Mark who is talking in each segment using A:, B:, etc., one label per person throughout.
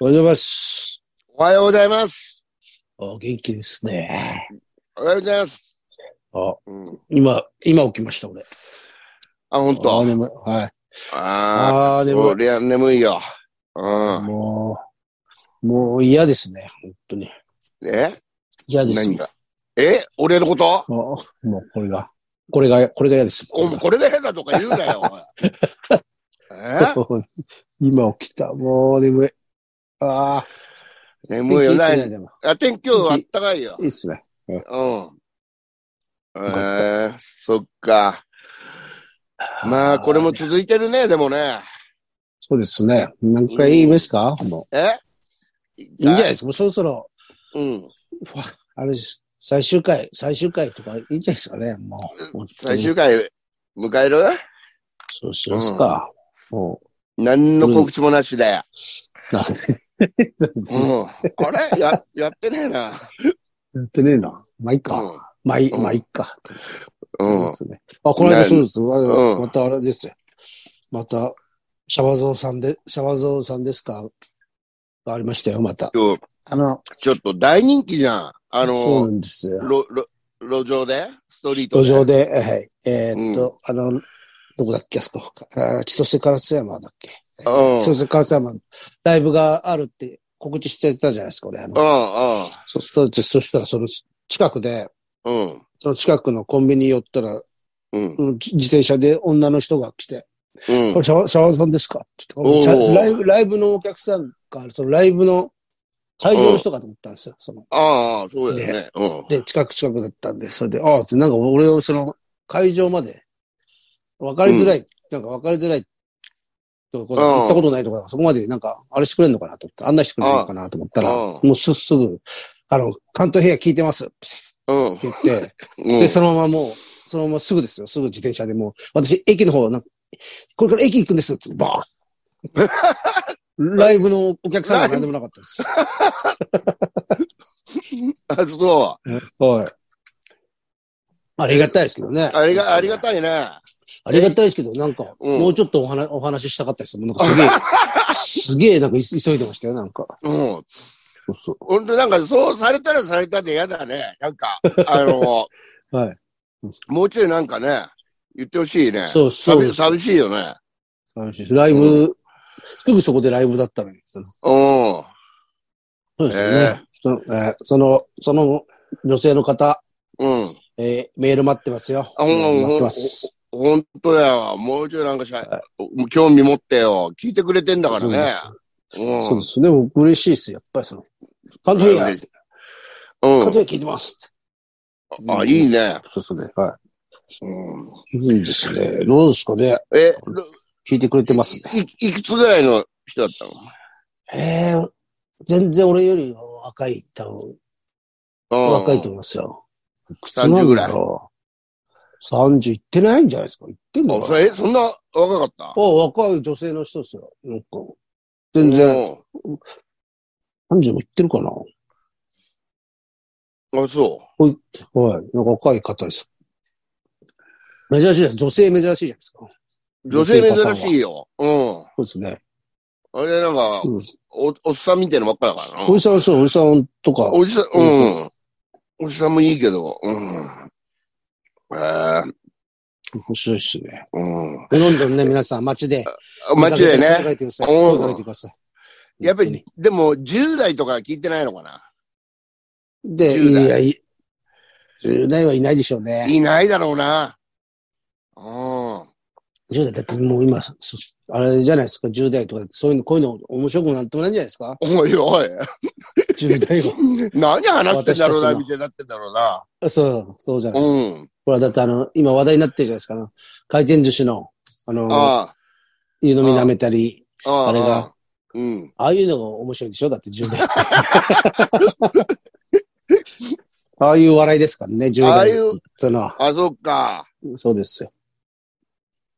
A: おはようございます。
B: おはようございます。
A: お元気ですね。
B: おはようございます。
A: あ、
B: うん、
A: 今、今起きました、俺。
B: あ、ほん
A: あー、
B: と。
A: 眠い。はい。
B: あ
A: ああー、
B: あ、
A: 眠
B: そ
A: い。
B: りゃ眠いよ。う
A: もう、もう嫌ですね。本当に。
B: ん。え
A: 嫌です
B: 何。がえ俺のこと
A: もう、もうこれが、これが、これが嫌です。こ
B: お
A: れが
B: これで変だとか言うなよ、 おいえ
A: 今起きた。もう眠い。ああ、
B: 眠いよ
A: いいっす
B: な。
A: ね。でも
B: あ天気はあったかいよ
A: い。いっすね。
B: うん。えー、そっか。まあ、これも続いてるね、でもね。
A: そうですね。何回言いますかも。
B: えいう
A: いいんじゃないですかもうそろそろ、
B: うん。
A: あれです。最終回、最終回とかいいんじゃないですかね。もう。
B: 最終回、迎える
A: そうしますか。も
B: 何の告知もなしで。
A: う、な
B: うん。あれや、やってねえな。
A: やってねえな。まあいいか。まあいい、
B: うん
A: まあいいか。
B: うん。う
A: で
B: ん。
A: すね。あ、この間そうです。あれ
B: うん
A: またあれですよ。また、シャワゾウさんで、シャワゾウさんですかがありましたよ、また。
B: 今日、
A: あの、
B: ちょっと大人気じゃん。あ
A: そう
B: の
A: な、んですよ。
B: 路、路、路上でストリート
A: 路
B: で。
A: 上で、はい。えーっと、あの、どこだっけ、あそこ。あー千歳烏山だっけ。
B: うん。
A: 千歳烏山のライブがあるって告知してたじゃないですか、俺。あ
B: う
A: のそそそしたら、その近くで、
B: ん。うん。
A: その近くのコンビニ寄ったら、
B: うん。
A: うん自自転車で女の人が来て、
B: うん
A: こ。れ、シャワシャワさんですかって言って
B: おー
A: ちゃライブ、ライブのお客さんか、そのライブの会場の人かと思ったんですよ。その
B: ああ、そうだよね。うん。
A: で、近く近くだったんで、それで、ああって、なんか俺をその会場まで、分かりづらい、なんか分かりづらいところ、
B: うん
A: 行ったことないところそこまでなんか、あれしてくれんのかなと思って、案内してくれるのかなと思ったら、
B: うん
A: もうすすぐ、あの、関東平野聞いてますって
B: うん。
A: 言って、
B: うん
A: で、そのままもう、そのまますぐですよ。すぐ自転車でもう、私、駅の方、なんかこれから駅行くんですって、バー ンライブのお客さんが何でもなかったです。
B: あ、そ
A: はい。ありがたいですけどね
B: う。。ありが、ありがたいね。
A: ありがたいですけど、なんか、
B: うん
A: もうちょっとお話、お話ししたかったですもん。なんか すげえ、すげえ、なんかい急いでましたよ、なんか。
B: うん。
A: そうそ
B: ほんとなんか、そうされたらされたで嫌だね。なんか、あの、
A: う。 はい。
B: もうちょいなんかね、言ってほしいね。
A: そうそう
B: 寂
A: です。
B: 寂しいよね。
A: 寂しいですライブ、
B: う
A: すぐそこでライブだったのに。そ
B: う
A: の
B: ん。
A: そうですよ
B: え
A: ね。そのえーその、その女性の方、
B: うん。
A: えーメール待ってますよ。
B: あほんほんほん
A: メール待ってます。
B: ほんとだよ。もうちょいなんかしゃ
A: は、
B: 興味持ってよ。聞いてくれてんだから
A: そうで
B: ね。
A: す。
B: うん。
A: そうです。でも嬉しいです。やっぱりその、カントリア、カント
B: う
A: リア聞いてます。
B: ん。あ、いいね。
A: そうですね。は
B: うん。
A: い。いいですね。どうですかね。
B: え、
A: 聞いてくれてますね。
B: いいくつぐらいの人だったの
A: えー、全然俺より若い、多分、
B: うん
A: 若いと思いますよ。いく
B: 30ぐらい
A: ろう。30いってないんじゃないですか。いってんの
B: あ
A: か
B: そ
A: な
B: れえ、そんな若かった
A: あ、若い女性の人ですよ。なんか、全然、30もいってるかな。
B: うん。あ、そ
A: はい。なんか若い方です。珍しいです。女性珍しいじゃないですか。
B: う。女性珍し
A: い。
B: いよ。うん。
A: そうですね。
B: あれ、なんか、
A: うん
B: お、おっさんみたいなのばっかだからな
A: お。じさん、そう、おじさんとか、
B: おじさん、うん。おじさんもいいけど、うん。ええ
A: 面白いですね。
B: うん。
A: でどんどんね、皆さん、街で。
B: あ街で
A: 声か
B: ね。
A: けてください。
B: うん
A: 声かけてください。
B: やっぱり、でも、10代とか聞いてないのかな
A: で、
B: 10
A: い
B: 代
A: や、い、10代はいないでしょうね。
B: いないだろうな。うん。
A: 10代だってもう今、そあれじゃないですか、10代とか、そういうの、こういうの面白くなんともないんじゃないですか
B: おいおい。
A: ?10 代は。
B: 何話してんだろうな、
A: 私たちの
B: みたいになってんだろうな。
A: そう、そうじゃないで
B: う
A: すか。
B: ん。
A: ほら、だってあの、今話題になってるじゃないですかあの。回転寿司の、あの、
B: あ
A: 湯飲み舐めたり、
B: あ、ああ。
A: あれが。
B: うん。
A: ああいうのが面白いんでしょだって10代。 ああいう笑いですからね、10
B: ああ
A: 代
B: いう
A: ってのは。
B: あ、そっか。
A: そうですよ。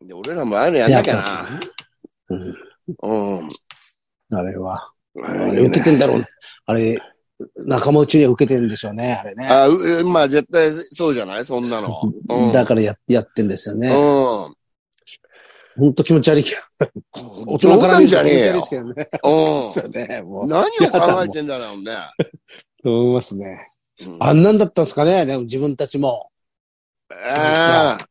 B: で俺らもああいうのやんなきゃな。
A: うん
B: うん。
A: あれは。あ
B: あ
A: れ受けてんだろうね。あれ、仲間内には受けてんでしょうね、あれね。
B: あ、う、まあ絶対そうじゃないそんなの。うん。
A: だからややってんですよね。
B: うん。
A: ほんと気持ち悪いけど。大人から
B: 冗
A: 見
B: 談
A: る
B: じゃ
A: と気
B: ね
A: 持
B: えよ
A: ち悪いです。けど
B: う
A: ね。
B: ん
A: そうね、もう。
B: 何 を考えてんだろうね。
A: 思いますね。
B: うん
A: あんなんだったんですかね、でも自分たちも。
B: ああ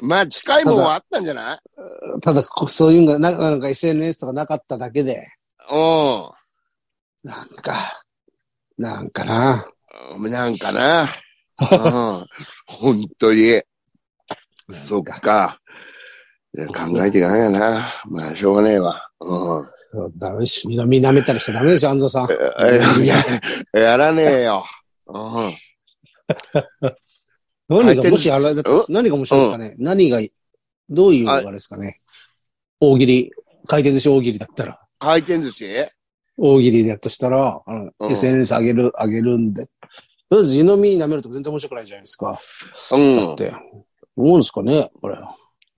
B: まあ、近いもんはあったんじゃない
A: ただ、こそういうのがな、なんか SNS とかなかっただけで、
B: う
A: なんか、なんかな。
B: ん。なんかな。 うん。本当に。そっか。いや考えていかないよな。まあ、しょうがねえわ。うん。
A: ダメし、みな、みなめたりしちゃダメですよ、安藤さん。
B: えいや、やらねえよ。うん。
A: 何が、もしあれだと、何が面白いですかね、何が、どういうのがあれですかね大喜利、回転寿司大喜利だったら、
B: 回転寿司
A: 大喜利だとしたら、あの、
B: うん
A: SNS 上げる、上げるんで。とりあえず、地の実舐めるとか全然面白くないじゃないですか。
B: うん
A: っ。て、思うんですかねこれ。あ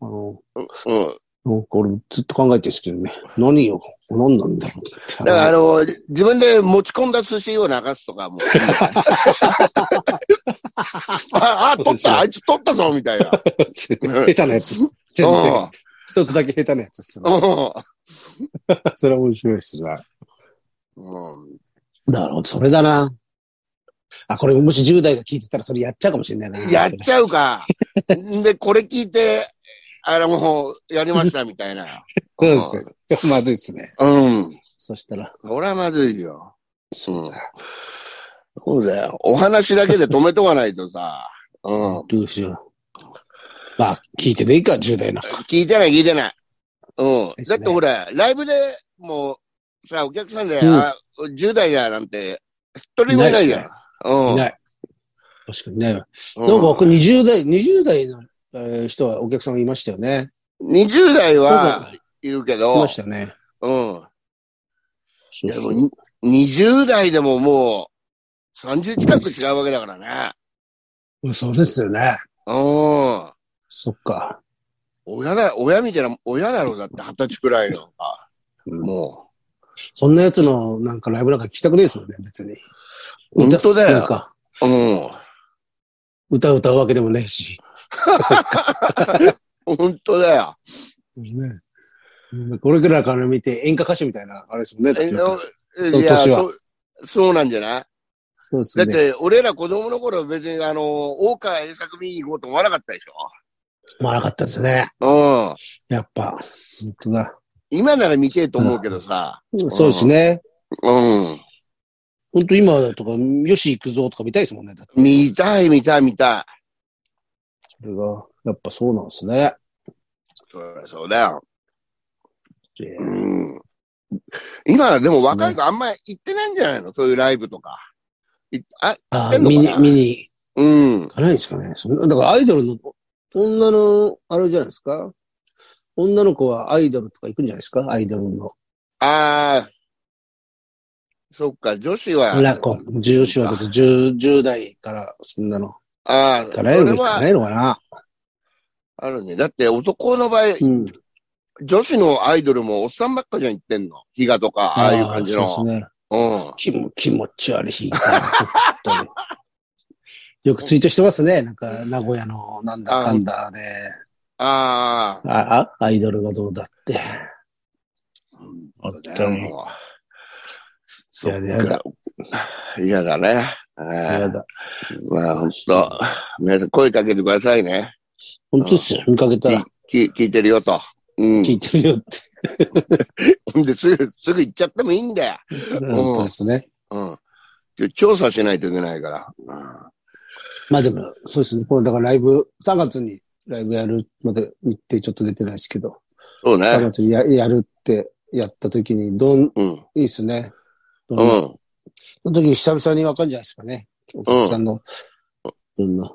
A: の、
B: うん。
A: なんか俺ずっと考えてるんですけどね。何よ、何なんだろうって。
B: だから、あの、自分で持ち込んだ寿司を流すとか も。あ、あ、取った、あいつ取ったぞ、みたいな。
A: 下手なやつ。全然。一つだけ下手なやつですね。
B: う
A: それは面白いですね。
B: ん。うん。
A: なるほど、それだな。あ、これもし10代が聞いてたらそれやっちゃうかもしれないな。
B: やっちゃうか。で、これ聞いて、あれもう、やりました、みたいな。
A: そうですよ。まずいですね。
B: うん。
A: そしたら。
B: これはまずいよ。うん。そうだよ。お話だけで止めとかないとさ。うん。
A: どうしよう。まあ、聞いてねえか、10代の。
B: 聞いてない、聞いてない。う
A: で
B: ん。
A: す
B: だ
A: ね
B: ってほら、ライブでもう、さ、お客さんで、
A: うん
B: あ、10代やなんて、一人もいないじゃん。
A: いな
B: うん。
A: い
B: な
A: ない。確かにね。なんか、20代、20代のえー人はお客さんいましたよね。
B: 20代
A: なん
B: は
A: か、い
B: いるけ
A: ま
B: ど
A: し、たね。
B: うん。
A: そ
B: で
A: うそ
B: も
A: う
B: に、20代でももう、30近く違うわけだからね。
A: うんそうですよね。
B: うん。
A: そっか。
B: 親だ、親みたいな、親だろ、だって二十歳くらいの。あ
A: うん
B: も
A: そんなやつのなんかライブなんか聞きたくねえですもんね、別に。
B: う。本当だ
A: なん
B: よ。
A: か、
B: う
A: 歌歌うわけでもねえし。
B: ん。本当だよ。
A: ね。これぐらいから見て演歌歌手みたいな、あれですもんね。だっ
B: え
A: て
B: の
A: その
B: いや、
A: 年は
B: そうそうなんじゃない
A: そうです
B: だっ
A: ね。
B: て、俺ら子供の頃別に、あの、大川栄作見に行こうと思わなかったでし
A: まあなかったですね。
B: ょうん。
A: やっぱ。本当だ。
B: 今なら見てえと思うけどさ。
A: そうですね。
B: うん。
A: 本当今とか、よし行くぞとか見たいですもんね。だって
B: 見たい、見たい、見たい。
A: それが、やっぱそうなんですね。
B: そりゃそうだよ。うん。今、でも若い子あんま行ってないんじゃないのそういうライブとか。いあ、
A: あ
B: や
A: あ、
B: んのか
A: 見
B: な
A: に、見に
B: うん。
A: 行かないですかね。そんなだからアイドルの、女の、あれじゃないですか。女の子はアイドルとか行くんじゃないですかアイドルの。
B: ああ。そっか、女子は。
A: ラコ、重視はだと10、10代から、そんなの。
B: ああ、
A: 行
B: そ
A: かないの
B: れ
A: 行かな
B: は、
A: いのかな
B: あるね。だって男の場合、
A: うん。
B: 女子のアイドルもおっさんばっかじゃん行ってんの。ヒガとか、ああいう感じの。
A: ーそうですね。
B: うん。
A: 気も気持ち悪い日。本当に よくツイートしてますね。なんか、名古屋のなんだかんだで、
B: あ
A: あ、あ、アイドルがどうだって。
B: あ。
A: 本当に
B: もうそっ
A: いややだ
B: か。嫌だね。え
A: や
B: え
A: だ。
B: まあ、本当皆さん声かけてくださいね。
A: 本当ですよ。見かけたら、
B: き聞いてるよと。うん。
A: 聞いてるよって。
B: ほん で、すぐ、すぐ行っちゃってもいいんだよ。
A: 本当ですね。
B: うん。ちょ調査しないといけないから。うん
A: まあでも、そうですね。これだからライブ、3月にライブやるまで日程ちょっと出てないですけど、
B: そう
A: 3
B: ね。
A: 月にややるってやった時に、どん、
B: うん。
A: いいですね。どん
B: う。
A: なんその時久々にわかるんじゃないですかね。お客さんの、うん、な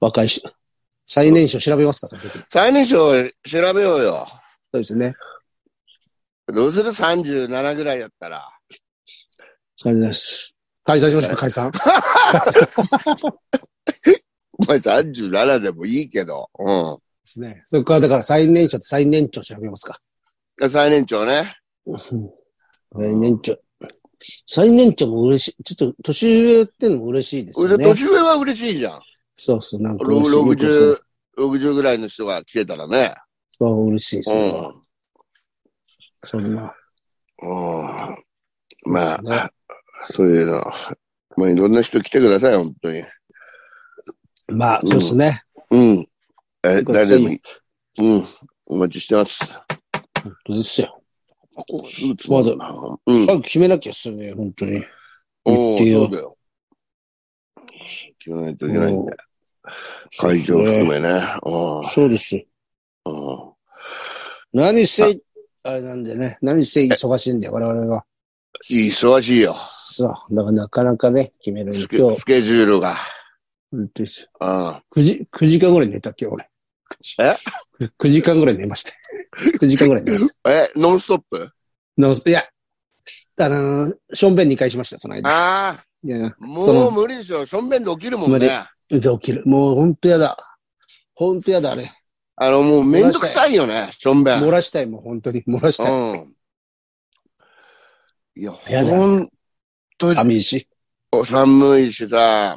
A: 若いし、最年少調べますか、その時。そう
B: 最年少調べようよ。
A: ですね。
B: どうする ?37 ぐらいやったら。
A: 最年少。解散しましょう、解散。
B: お前37でもいいけど。うん。
A: ですね。そこからだから最年少と最年長調べますか。
B: 最年長ね。
A: 最年長。最年長も嬉しい。ちょっと年上ってのも嬉しいです
B: 俺、
A: よね。
B: 年上は嬉しいじゃん。
A: そうそう、なんか嬉しい。
B: 60、60ぐらいの人が来てたらね。
A: ああ、嬉しいです
B: う
A: ね。
B: ん。
A: そんな。
B: うん。まあ、そういうの。まあ、いろんな人来てください、本当に。
A: まあ、そうですね。
B: うん。え、
A: ごめんな
B: 誰
A: さ
B: で
A: い
B: もいい。うん。お待ちしてます。
A: 本当ですよ。
B: スーツなんだなうん。
A: 早く決めなきゃっすね、本当に。
B: お
A: 言って
B: ー
A: よ
B: そうだよ。決めないといけないんだよ。会場含めね。うん
A: そうですよ。
B: うん
A: 何せ、あれなんでね、何せ忙しいんで、我々は。
B: 忙しいよ。
A: そう。だからなかなかね、決めるの
B: スケ
A: 今日、
B: スケジュールが。
A: 本当ですよ。
B: うん。
A: 9時、9時間ぐらい寝た、今日俺。え ?9 時間ぐらい寝ました。9時間ぐらい寝ました。
B: え、ノンストップ
A: ノンスいや、あのー、ションベン2回しました、その間。
B: ああ、
A: いや、そ
B: も
A: の
B: う無理でしょ。しょんべんで起きるもん
A: 無理
B: ね。
A: うざ起きる。もうほんとやだ。ほんとやだ、あれ。
B: あの、もうめんどくさいよね、しょんべん。
A: 漏らしたい、もう本当に。漏らしたい。
B: うん。いや、
A: やだ
B: ほんとに
A: 寂しい。
B: 寒いしさ、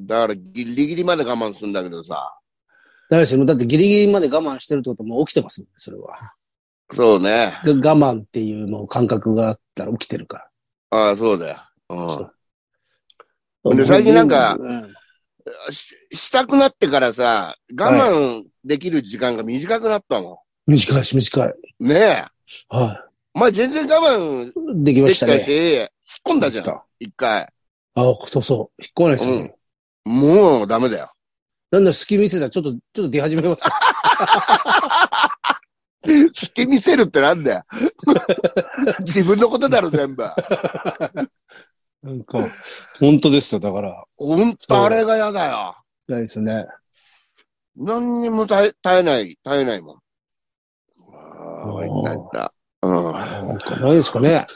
B: だからギリギリまで我慢するんだけどさ。
A: だからしもうだってギリギリまで我慢してるってことはもう起きてますもんね、それは。
B: そうね。
A: が我慢っていうもう感覚があったら起きてるか
B: あ
A: ら。
B: あ、そうだよ。
A: そ
B: うんで最近なんか
A: うん
B: うん。ししたくなってからさ、我慢できる時間が短くなったも
A: 短いし、短い。
B: ん。ねえ。
A: は
B: まあ全然我慢
A: い。できま
B: で
A: し
B: き
A: た
B: た
A: ね。
B: し、引っ込んだじゃ
A: でき
B: ん。
A: た
B: 一回。
A: あ、そうそう。引っ込まないですよね。
B: もうダメだよ。
A: なんだ、隙見せたらちょっと、ちょっと出始めます。
B: 好き見せるってなんだ よ。自分のことだろ、全部。
A: なんか、本当ですよ、だから。
B: ほんとあれが嫌だよ。
A: ないですね。
B: 何にも耐え、耐えない、耐えないもん。ああ、
A: おー
B: いったいった。うん。
A: なんか、ないですかね。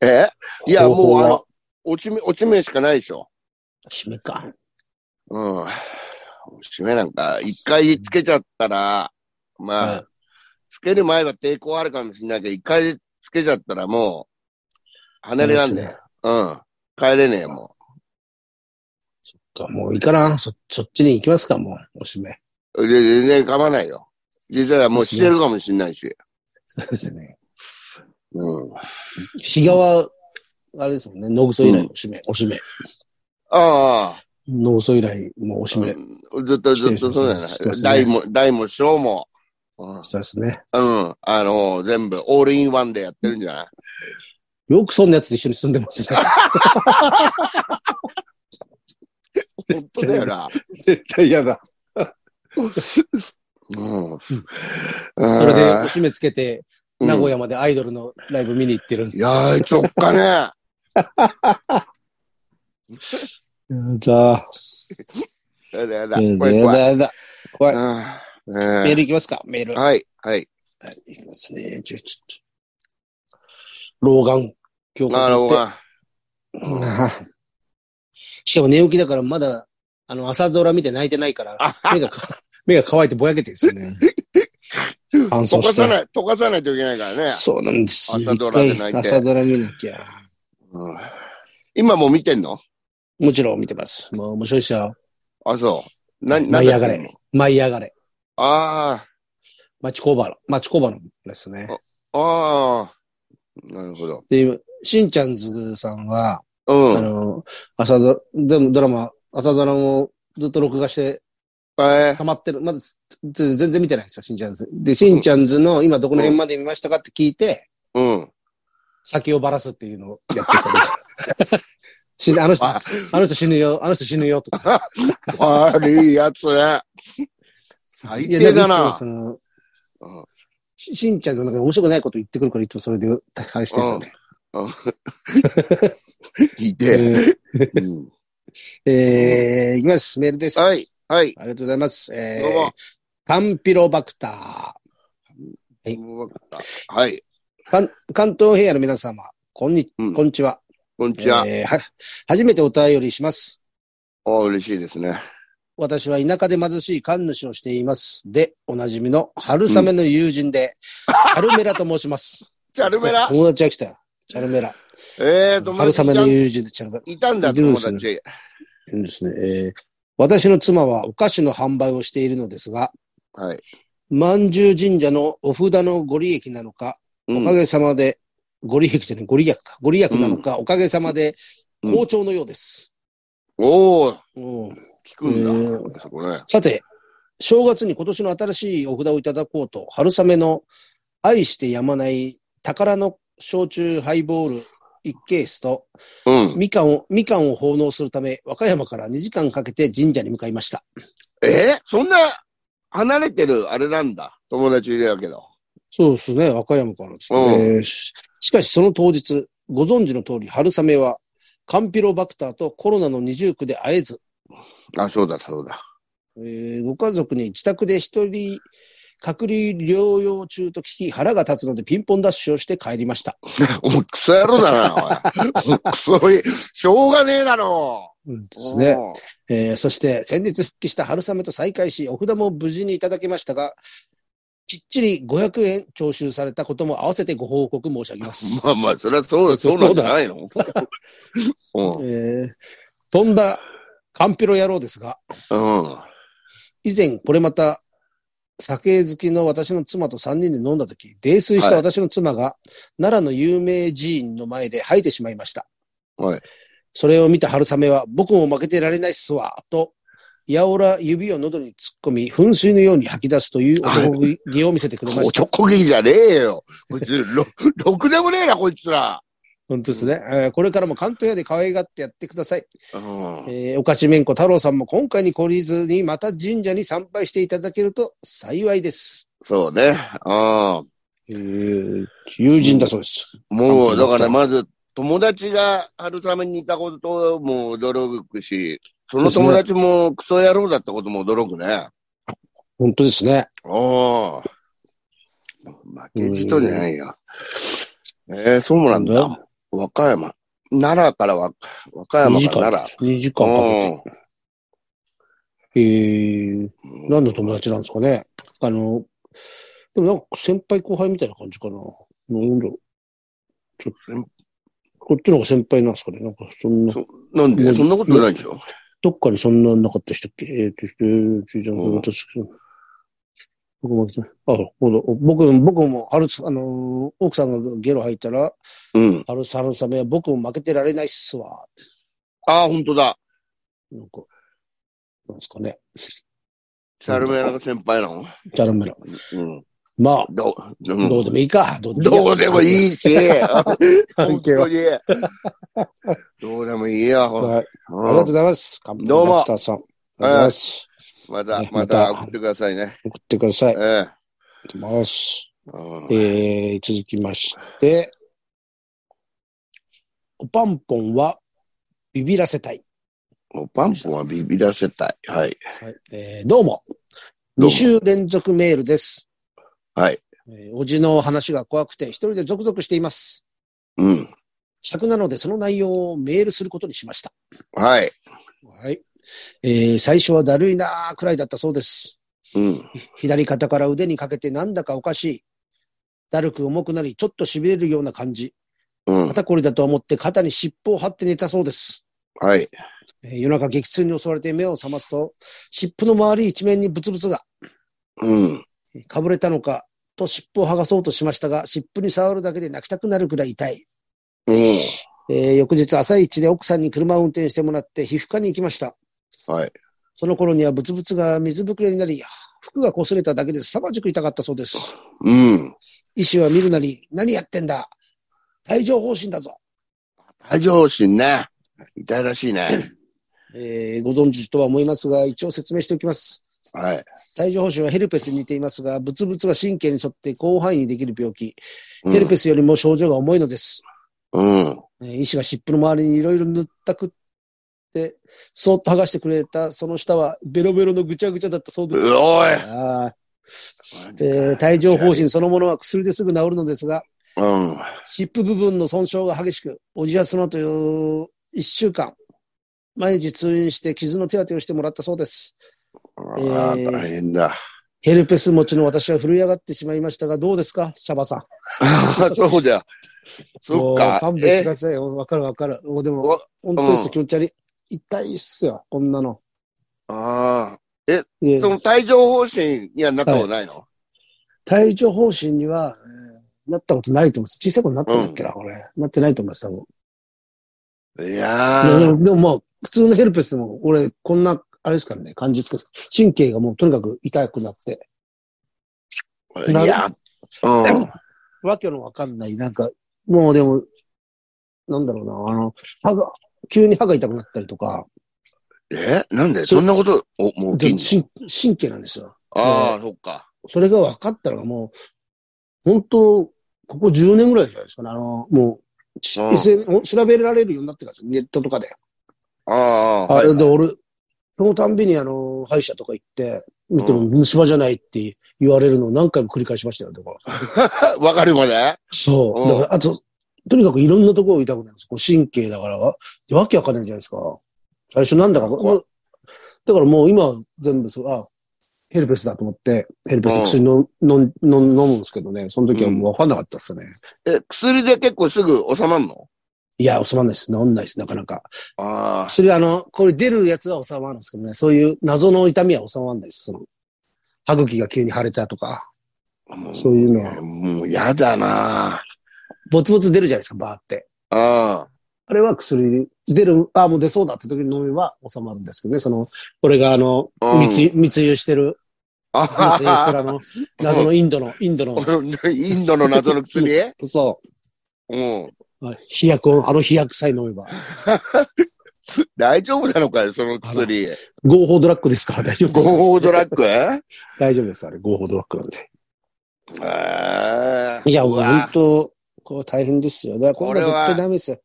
B: えいや、
A: 方法
B: もう
A: は
B: あの、落ち目、落ち目しかないでしょ。
A: 締めか。
B: うん。落ち目なんか、一回つけちゃったら、まあ、
A: はい
B: つける前は抵抗あるかもしれないけど、一回つけちゃったらもう、離れらんね
A: ない
B: ん。うん。帰れねえ、も
A: ですねもういいかな。そ、そっちに行きますか、もう。おしめ。
B: う。で、全然構わないよ。実はもうしてるかもしれないし。
A: そうですね。
B: うん。
A: 日川、あれですもんね。野草以来、おしめ、おしめ。
B: ああ、
A: 野草以来、もうおしめ。
B: うんずっとずっとそうだよ
A: してま
B: ね。
A: すね
B: 大も、大も小も。うん
A: そうですね。
B: うん。あの、全部、オールインワンでやってるんじゃ ない
A: よくそんなやつと一緒に住んでます ね。
B: 本当だよな。
A: 絶対嫌だ。
B: うん。
A: それで、
B: あ
A: お
B: ー
A: しめつけて、名古屋までアイドルのライブ見に行ってるんで
B: いやー、ちょっかね。
A: やだ。
B: やだやだ。
A: や
B: こ
A: だ、
B: れ
A: や
B: 怖
A: だ
B: い。、
A: やだ。
B: うん
A: メー
B: ね
A: ルいきますか、メール。
B: え
A: は
B: はい、はい。
A: い、いきますね。じゃあ、ちょっと。老眼鏡
B: なるほど。
A: うん しかも寝起きだからまだ、あの、朝ドラ見て泣いてないから、目がか、 目が乾いてぼやけてるんですよね。 乾燥
B: 溶か
A: し
B: さ
A: て。
B: ない、溶かさないといけないからね。
A: そうなんですよ。
B: 朝ドラで泣いて
A: 一回朝ドラ見なきゃ。
B: うん今もう見てんの
A: もちろん見てます。もう面白いっすよ。
B: あ、そう。な、な
A: 舞い上が
B: なんだっけ
A: れ。舞い上がれ。
B: あ
A: 町工場の、町工場のですね。
B: あ、ああ。なるほど。
A: で、しんちゃんずさんは、
B: う
A: あ
B: ん。
A: の、朝ドラ、全部ドラマ、朝ドラもずっと録画して
B: えー
A: 溜まってる。まだず全然見てないんですよ、しんちゃんず。で、しんちゃんずの今どこの辺まで見ましたかって聞いて、
B: うん。
A: 先をばらすっていうのをやってそう死ぬ、あの人、あ
B: あ
A: の人死ぬよ、あの人死ぬよとか。
B: 悪いやつ。最低だ
A: いやんかいつも
B: な
A: そ。の
B: うん
A: ししんちゃんずなんか面白くないこと言ってくるからいつもそれで、あれしてるんですよね。
B: 聞いて。うん
A: えー、いきます。メールです。
B: は。い、はい。
A: ありがとうございます。え
B: どう
A: ー
B: も、
A: カンピロバクター。い
B: わかったはい。
A: 関関東平野の皆様、こんに、
B: うん
A: こんにちは。
B: こんにちは。
A: えーは、初めてお便りします。
B: ああ、嬉しいですね。
A: 私は田舎で貧しい神主をしています。で、おなじみの春雨の友人で、チャルメラと申 します。
B: チャルメラ
A: 友達が来たよ。チャルメラ。
B: ええと、
A: 春雨の
B: い
A: 友人でチャルメラ。
B: たいたんだ、
A: いる
B: 友
A: んですね
B: 達。
A: いるんですね。えー私の妻はお菓子の販売をしているのですが、
B: はい。
A: 万獣神社のお札のご利益なのか、
B: う
A: お
B: ん
A: かげさまで、ご利益じゃない、ご利益か。ご利益なのか、おかげさまで、
B: うん
A: 好調のようです。
B: おー、
A: うん
B: 聞くんだ。
A: え
B: そこね。
A: さて、正月に今年の新しいお札をいただこうと、春雨の愛してやまない宝の焼酎ハイボール1ケースと、
B: うん。
A: みかんを、みかんを奉納するため、和歌山から2時間かけて神社に向かいました。
B: えーそんな、離れてる、あれなんだ。友達だけど。
A: そうですね、和歌山からですね。ししかしその当日、ご存知の通り、春雨は、カンピロバクターとコロナの二重苦で会えず、
B: あ、そうだ、そうだ。
A: えーご家族に自宅で一人隔離療養中と聞き、腹が立つのでピンポンダッシュをして帰りました。
B: お前、クソ野郎 だな、おい。クソい、しょうがねえだろ。
A: ですね。えーそして、先日復帰した春雨と再会し、お札も無事にいただきましたが、きっちり500円徴収されたことも合わせてご報告申し上げます。
B: まあまあ、それはそうだ、そうなんじゃない のうん。
A: えー、とんだカンピロ野郎ですが、
B: うん。
A: 以前これまた酒好きの私の妻と3人で飲んだ時、泥酔した私の妻が奈良の有名寺院の前で吐いてしまいました。
B: はい。
A: それを見た春雨は僕も負けてられないっすわ、と、やおら指を喉に突っ込み、噴水のように吐き出すという男気を見せてくれました。
B: 男気じゃねえよ。こいつ、ろ、 ろくでもねえな、こいつら。
A: 本当ですね、えーこれからも関東屋で可愛がってやってください。
B: うん。
A: えー、お菓子めんこ太郎さんも今回に懲りずにまた神社に参拝していただけると幸いです。
B: そうね。うん。
A: えー、友人だそうです。
B: もう、だか
A: 本当
B: ら
A: に
B: まず、友達が春雨にいたことも驚くし、その友達もクソ野郎だったことも驚くね。
A: 本当ですね。
B: おお。負けじとじゃないよ。えー、そうなん
A: なん
B: だ。和歌山。奈良から和、和歌
A: 2
B: 山
A: 時
B: か
A: 間
B: ら
A: で
B: 奈
A: す。2時間か
B: 良。
A: けて。えー、
B: うん
A: 何の友達なんですかね。あの、でもなんか先輩後輩みたいな感じかな。なんだろう。ちょ
B: 先
A: こっちの方が先輩なんですかね。なんかそんな
B: そ、なんでそんなことないでしょ
A: どっかにそんなんなかったでしたっけえっ、と、えー、ついちゃん、
B: うん
A: 私、僕も、あ、ほら僕、僕も、春、あのー奥さんがゲロ吐いたら、
B: うん。
A: 春、春雨は僕も負けてられないっすわ。
B: ああ、本当だ。
A: なんか、なんですかね。
B: チャルメラが先輩なの
A: じゃらめら。
B: うん。
A: まあ、
B: どう
A: どうでもいいか。どう
B: どうでもい
A: い
B: い し。
A: 関
B: 本
A: 係は
B: 当に。どうでもいいよ。
A: や。
B: ほら
A: はい。ありがとうございます。
B: どうも
A: カンパネラクターさん。ありがとうございます。
B: また
A: ね、
B: ま
A: また
B: た送ってくださいね。
A: 送ってください。ありが
B: え
A: とうございます。
B: えうん
A: えー、続きまして、おパンポンはビビらせたい。
B: もうパンポンはビビらせたい。はい。
A: はいえーどうも。
B: どうも
A: 2週連続メールです。
B: はい。
A: えーおじの話が怖くて一人でゾクゾクしています。
B: うん。
A: 尺なのでその内容をメールすることにしました。
B: はい。
A: はい。えー最初はだるいなーくらいだったそうです。
B: うん。
A: 左肩から腕にかけてなんだかおかしい。だるく重くなり、ちょっと痺れるような感じ。
B: うん。
A: 肩こりだと思って肩に尻尾を張って寝たそうです。
B: はい。
A: えー夜中激痛に襲われて目を覚ますと、湿布の周り一面にブツブツが、
B: うん。
A: かぶれたのか、と湿布を剥がそうとしましたが、湿布に触るだけで泣きたくなるくらい痛い。
B: うん。
A: えー翌日朝一で奥さんに車を運転してもらって皮膚科に行きました。
B: はい。
A: その頃にはブツブツが水ぶくれになり、服が擦れただけで凄まじく痛かったそうです。
B: うん。
A: 医師は見るなり、何やってんだ帯状方針だぞ、
B: 太上心ね。痛いらしいね。
A: えーご存知とは思いますが、一応説明しておきます。
B: はい。
A: 帯状疱疹はヘルペスに似ていますが、ブツブツが神経に沿って広範囲にできる病気。
B: うん
A: ヘルペスよりも症状が重いのです。
B: うん。
A: えー医師が湿布の周りにいろいろ塗ったくって、そっと剥がしてくれた、その下はベロベロのぐちゃぐちゃだったそうです。
B: うおい
A: あーえー帯状疱疹そのものは薬ですぐ治るのですが、
B: うん。
A: 湿布部分の損傷が激しく、おじやその後1週間、毎日通院して傷の手当てをしてもらったそうです。
B: ああ、
A: えー
B: 大変だ。
A: ヘルペス持ちの私は震い上がってしまいましたが、どうですかシャバさん。
B: ああ そうじゃ。そっ
A: も
B: か
A: う。勘弁してく
B: え、
A: ださいよ。わかるわかる。もうでも
B: お、
A: 本当です
B: う
A: よ、
B: ん
A: 気持ち悪い。痛いっすよ、こんなの。
B: ああ。
A: いえ
B: その帯状疱疹にはなったことないの
A: 対処方針には、えーなったことないと思います。小さい頃なったんだっけな、これ。なってないと思います、多分。
B: いや
A: で
B: ー、
A: も、でもまあ、普通のヘルペスでも、俺、こんな、あれですからね、感じですけど、神経がもうとにかく痛くなって、ない
B: や、うん。
A: わけのわかんない、なんか、もうでも、なんだろうな、あの、歯が、急に歯が痛くなったりとか、
B: えなんでそんなこと、お、もう起きんの
A: 神神経なんですよ。
B: ああ、そっか。
A: それが分かったのがもう、本当ここ10年ぐらいじゃないですかね。あの、もう、し
B: うん
A: SN 調べられるようになってからですよネットとかで。
B: ああ、
A: あ
B: はい
A: れで俺、そのたんびにあの、歯医者とか行って、見ても虫歯じゃないって言われるのを何回も繰り返しましたよ、だか ら。
B: わかるまで
A: そうう。
B: ん
A: だから、あと、とにかくいろんなところ痛くなるんです。こう神経だから、わわけわかんないじゃないですか。最初なんだか、
B: 怖
A: こだからもう今全部そう、あ、ヘルペスだと思って、ヘルペスの薬の、のん、のん、飲むんですけどね、その時はもうわかんなかったですよね。
B: え、薬で結構すぐ収まんの
A: いや、収まんないです。治んないです、なかなか。
B: あ
A: それあの、これ出るやつは収まるんですけどね、そういう謎の痛みは収まらないです。その、歯茎が急に腫れたとか、
B: あ、も
A: そういうのは
B: もうやだな
A: ボツボツ出るじゃないですか、バーって。
B: あ
A: あれは薬出る、あ、もう出そうだって時に飲めば収まるんですけどね。その、俺があの、
B: うん
A: 密密輸してる、
B: あ。
A: 密輸して
B: あ
A: るあ の、謎のインドの、インドの、
B: あ。 インドの謎の薬
A: そ
B: うん。
A: う、飛躍を、あの飛躍さえ飲めば。
B: 大丈夫なのかよ、その薬。
A: 合法ドラッグですから大丈夫です。
B: ゴードラッグえ
A: 大丈夫です、あれ。合法ドラッグなんで。
B: え
A: いや、もう本
B: わ
A: 当これ大変ですよ。だから、これは絶対ダメですよ。う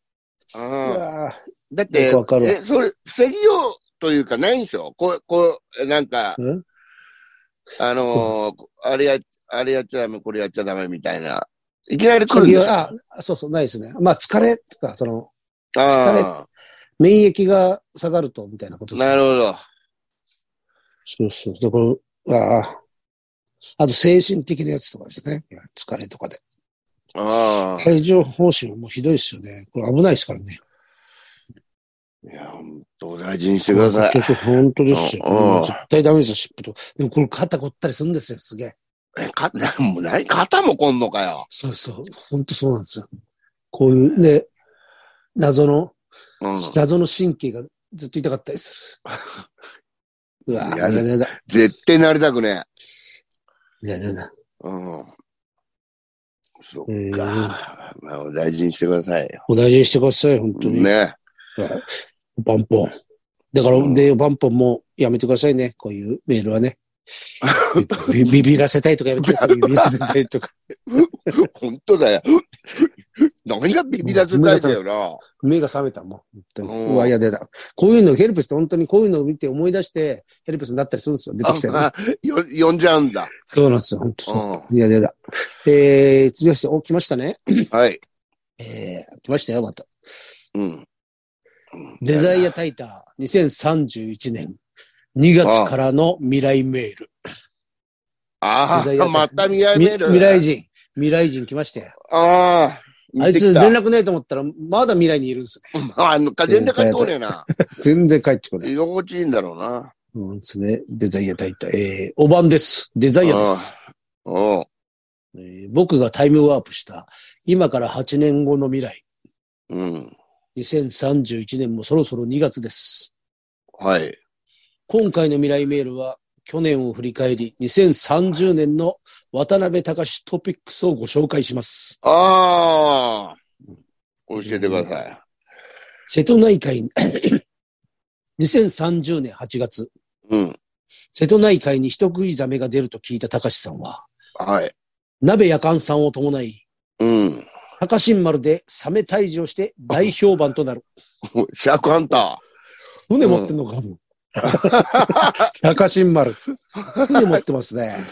B: うん
A: わぁ
B: だって
A: よくわか、るわ
B: え、それ、防ぎようというかないんですよ。こう、こう、なんか、
A: うん
B: あのー、あれや、あれやっちゃダメ、これやっちゃダメみたいな。いきなり来るん
A: 次
B: ですよ。
A: は、あ、そうそう、ないですね。まあ、疲れ、とか、その、
B: あ
A: 免疫が下がると、みたいなこと
B: あ、
A: です
B: な
A: ね
B: るほど。
A: そうそう。だから、ああ。あと精神的なやつとかですね。疲れとかで。
B: ああ。
A: 帯状方針もひどいですよね。これ危ないですからね。
B: いや、本当大事にしてください。
A: そうそう本当ですよ。
B: うん
A: もう絶対ダメですよ、湿布と。でもこれ肩凝ったりするんですよ、すげえ。
B: え、か、なもうない、肩もこんのかよ。
A: そうそう。本当そうなんですよ。こういうね、謎の、
B: うん。
A: 謎の神経がずっと痛かったりす る。うわぁ、
B: や
A: や
B: だ
A: だやだ。
B: 絶対なりたくね
A: やだやだ。
B: え。うん。そ
A: え
B: っ
A: ー
B: か。まあ、大事にしてくださいよ。
A: お大事にしてください、本当に。
B: ね。
A: はいバンポン。だから、
B: うん
A: で、バンポンもやめてくださいね。こういうメールは ね。ビビビらせたいとかやめてくださ い。ビビらせたいとか。
B: 本当だよ。何がビビらせたいだよな。
A: 目が覚めたもん。本当に
B: うん
A: うわ、いやだ。こういうの、ヘルペスって本当にこういうのを見て思い出して、ヘルペスになったりするんですよ。出てきたりね、
B: あよ呼んじゃうんだ。
A: そうなんですよ。本当
B: うん
A: に。いやだやだ。えー、次はして、お、来ましたね。
B: はい。
A: えー、来ましたよ、また。
B: うん。
A: デザイアタイター2031年2月からの未来メール。
B: あ
A: デザイアタ
B: あ、
A: イ
B: また未来
A: み
B: メール。
A: 未来人。未来人来ましたよ。
B: ああ。
A: あいつ連絡ないと思ったら、まだ未来にいるんですね。
B: あ、あの、全然帰ってこねえな。
A: 全然帰ってこない。
B: 居心地いいんだろうな。
A: うんですね。デザイア大体。えー、おばんです。デザイアです。
B: おう
A: えー僕がタイムワープした、今から8年後の未来。
B: うん。
A: 2031年もそろそろ2月です。
B: はい。
A: 今回の未来メールは、去年を振り返り、2030年の渡辺隆トピックスをご紹介します。
B: ああ。教えてください。
A: 瀬戸内海に、2030年8月、
B: うん。
A: 瀬戸内海に人食いザメが出ると聞いた高志さんは、
B: はい。
A: 鍋やかんさんを伴い、
B: うん。
A: 高新丸でサメ退治をして大評判となる。
B: シャークハンタ
A: 船持ってんのかも。高新丸。船持ってますね。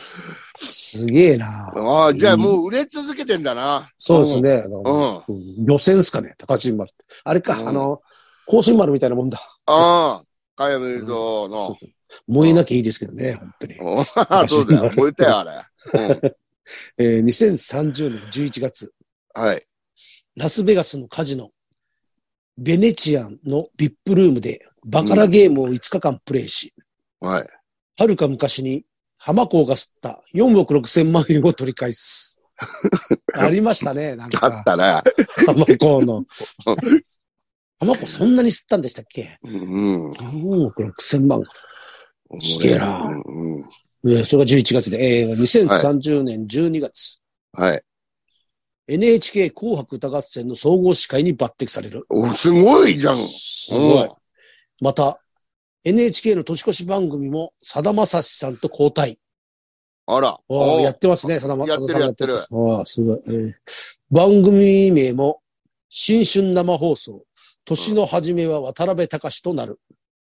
A: すげえな
B: ー。。ああ、じゃあもう売れ続けてんだな。
A: そうですね。
B: うん。
A: うん漁船っすかね、高新丸って。あれか、
B: うん
A: あの、高新丸みたいなもんだ。
B: ああ。加山雄三の
A: そう。そう燃えなきゃいいですけどね、本当に。
B: お そうだ よ。燃えたよ、あれ。うん。
A: えー、2030年11月、
B: はい。
A: ラスベガスのカジノ、ベネチアンの VIP ルームでバカラゲームを5日間プレイし、
B: はい。
A: はるか昔に浜港が吸った4億6千万円を取り返す。ありましたね、なん
B: あっ
A: か、
B: たな。
A: 浜港の。浜港そんなに吸ったんでしたっけ
B: うん。
A: ?4 億6千万。すげえな
B: うんうん
A: えーそれが11月で、えー2030年12月、
B: はい。
A: NHK 紅白歌合戦の総合司会に抜擢される。
B: お、すごいじゃん。
A: すご
B: うん
A: い。また、NHK の年越し番組も、さだまさしさんと交代。
B: あら。
A: あー
B: お
A: やってますね、さだま
B: や
A: さ
B: ってる
A: ださん
B: やってる
A: やつあーすごい、えー番組名も、新春生放送。年の初めは渡辺隆となる。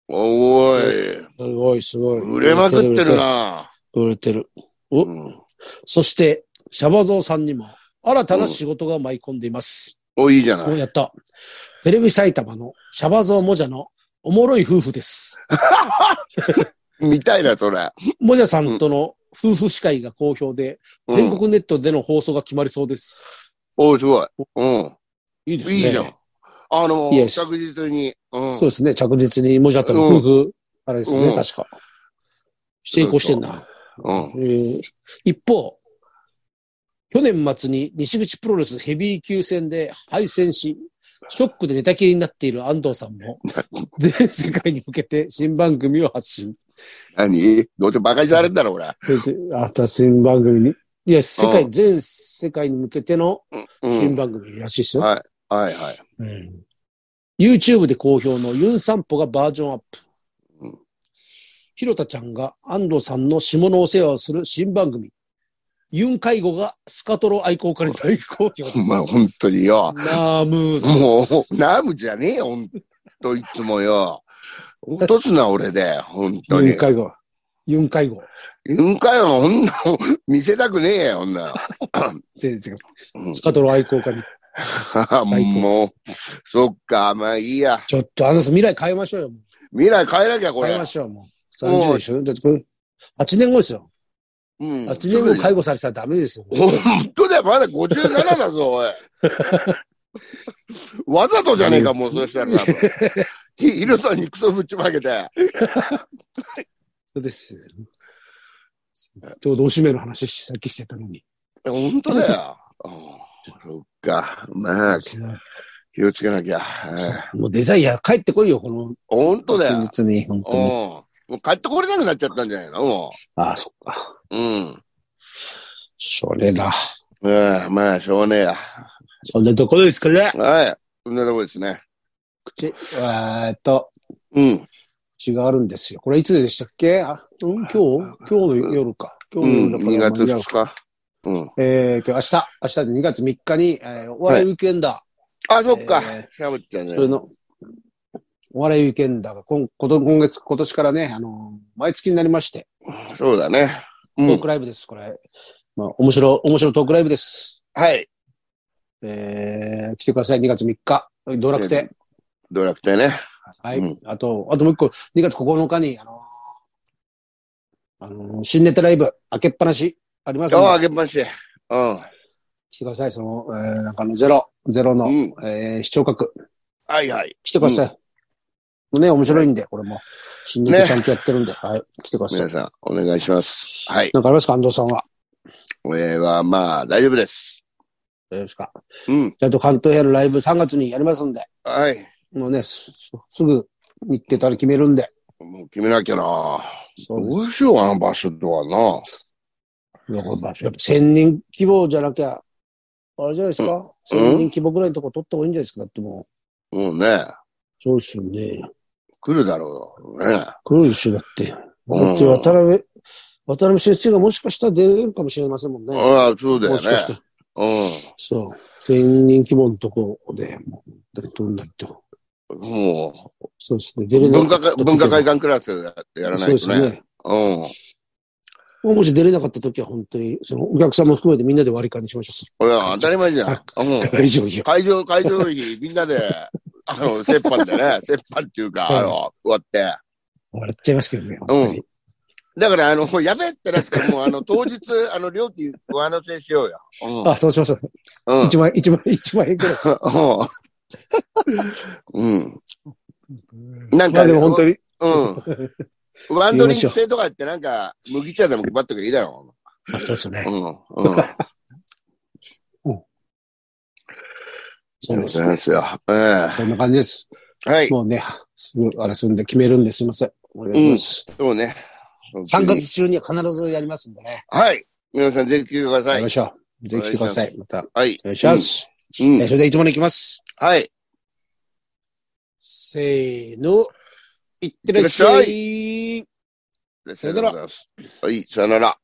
B: おーい。
A: すごい、すごい。
B: 売れまくってるな。
A: 売れてる。売れてる。お
B: うん
A: そして、シャバゾウさんにも、新たな仕事が舞い込んでいます。
B: お、いいじゃな
A: お、
B: い。
A: やった。テレビ埼玉のシャバゾウもじゃのおもろい夫婦です。
B: 見たいな、それ。
A: もじゃさんとの夫婦司会が好評で、
B: うん
A: 全国ネットでの放送が決まりそうです。
B: お、すごい。うん。
A: いいですね。
B: いいじゃん。。あの、
A: Yes
B: 着実に。うん。
A: そうですね。着実にもじゃとの夫婦、あれですね、
B: うん
A: 確か。成功してんな。
B: うん。
A: えー一方、去年末に西口プロレスヘビー級戦で敗戦し、ショックで寝たきりになっている安藤さ んも、全世界に向けて新番組を発信。
B: 何どうせ馬鹿にされんだろ、俺。
A: 別にあとは新番組に。いや、世界、全世界に向けての
B: う
A: 新
B: ん。
A: 番組らしいですよ。
B: はい。はい、はい。
A: うん YouTube で好評のユン散歩がバージョンアップ。
B: うん
A: ひろたちゃんが安藤さんの下のお世話をする新番組。ユン介護がスカトロ愛好家に大好評で
B: お
A: す。
B: 前、本当によ。
A: ナームード。
B: もう、ナムじゃねえよ、ほんと、いつもよ。落とすな、俺で、ほんと
A: ユン
B: に。
A: 介護。ユン介護。
B: うんかよ、ほんな、見せたくねえよ、ほんな。
A: 全然。
B: うん
A: スカトロ愛好家に。
B: もう、そっか、まあいいや。
A: ちょっと、あの、未来変えましょうよ。
B: 未来変えなきゃ、こ
A: 変え
B: れ
A: ま。しょう、もう。30でしょだってこれ、8年後ですよ。
B: うん。
A: あ、8年後介護されたらダメですよ。
B: ほんとだよ、まだ57だぞ、 おい。わざとじゃねえか、もう、そしたら多分。ひひろさんにクソぶっちまけて。
A: そうです。ちょうどおしめの話し、さっきしてたのに。
B: ほんと だよ。うんそっか、まあ、気をつけなきゃ。はい
A: もうデザイア帰ってこいよ、この、
B: ほんとだよ
A: 現。実に、本
B: う
A: 当
B: ん。
A: に。
B: もう帰ってこれなくなっちゃったんじゃないのも
A: ああ、そっか。
B: う。うん。
A: それだ。
B: うん、まあ、しょうがねえや。
A: そんなところですかね。
B: はい。そんなとこですね。
A: 口えーっと、
B: うん。
A: 血があるんですよ。これいつでしたっけあうん、今日今日の夜か。今
B: う
A: 日
B: ん。
A: の夜だ
B: 2
A: から
B: 月
A: 間に合う
B: 2日。うん。
A: えーっと、明日、明日で2月3日に、えー、お笑いウィークエンダー。
B: あ、そっか
A: え。
B: しゃべっちゃうね
A: そ。れの、お笑いウィークエンダーが今、こと今月、今年からね、あの、毎月になりまして、
B: そうだね。う
A: トー
B: ん。
A: クライブです、これ。まあ、面白、面白トークライブです。
B: はい。
A: えー、来てください、2月3日。道楽亭。
B: ドラクターね。
A: はい、
B: うん
A: あと、あともう一個、2月9日に、あのあの新ネタライブ、開けっぱなし、あります
B: あ
A: の
B: あ、あ
A: で、
B: げっぱなし。うん。
A: 来てください、その、えー、なんかあの、ゼロ、ゼロの、
B: うん。
A: えー、視聴覚、
B: はいはい。
A: 来てください。ね、面白いんで、これも。新ネタちゃんとやってるんで、はい、来てください
B: 皆。さん、お願いします。はい。
A: なんかありますか安藤さんは。
B: 俺は、まあ、大丈夫です。
A: 大丈夫ですか。
B: うん。
A: えっと、関東ヘアのライブ3月にやりますんで、
B: はい。
A: もうね、すすぐ日程たら決めるんで。
B: もう決めなきゃな。
A: そ
B: ど
A: うで
B: う
A: す。
B: しよう、あの場所とはな。
A: やっぱ1000人規模じゃなきゃ、あれじゃないですか。
B: うん
A: 1000人規模ぐらいのとこ取った方がいいんじゃないですか。だってもう、
B: もうね、
A: そうですよね。
B: 来るだろうね。
A: 黒い一緒だって。だって渡辺、渡辺先生がもしかしたら出れるかもしれませんもんね。
B: ああ、そうだよ
A: も
B: ね
A: し。かしたら。
B: う
A: そう。1000人規模のとこで、もう、誰とんないと。
B: ん。も
A: そうですね。
B: う、
A: 出れな
B: 文
A: か
B: 化会、
A: った時
B: 文化会
A: は
B: 館クラスでやらない
A: そうで
B: と
A: すね
B: ね。。うん。
A: もし出れなかった時は本当に、そのお客さんも含めてみんなで割り勘にしましょ
B: これは当たり前じゃん。うん
A: う。。会場費を。
B: 会場、会場費、みんな で、あの、折半でね、折半っていうか、あの、終わって。
A: 笑っちゃいますけどね。本当に
B: だから、あの、やべえってなったら、 もう、あの、当日、あの、料金ご話せしようよ。
A: あ、そうしましょう。
B: うん。うん
A: 1万、一万、一万円くらい。
B: うん。なん
A: ま
B: か、
A: あでも本当に、
B: うん。 ワンドリンク制とかってなんか、麦茶でも配っとけばいいだろ
A: まあ、そうですね
B: う。。うん。うん。
A: そうか
B: ありがとうございま
A: そうですね。
B: すよ。え
A: そんな感じです。
B: えはい。
A: もうね、すぐあれするんで決めるんですいません。お願いします。
B: そうね。
A: 3月。中には必ずやりますんでね。
B: はい。皆さんぜひ来てくださ
A: や
B: い
A: りま。しょう。ぜひ来てください。また。お
B: はい。
A: 願いします。
B: うん
A: え。それではいつものいきます。
B: はい。
A: せーの。いってらっし
B: いってらっさよなら。
A: ゃい。
B: はい。さよなら。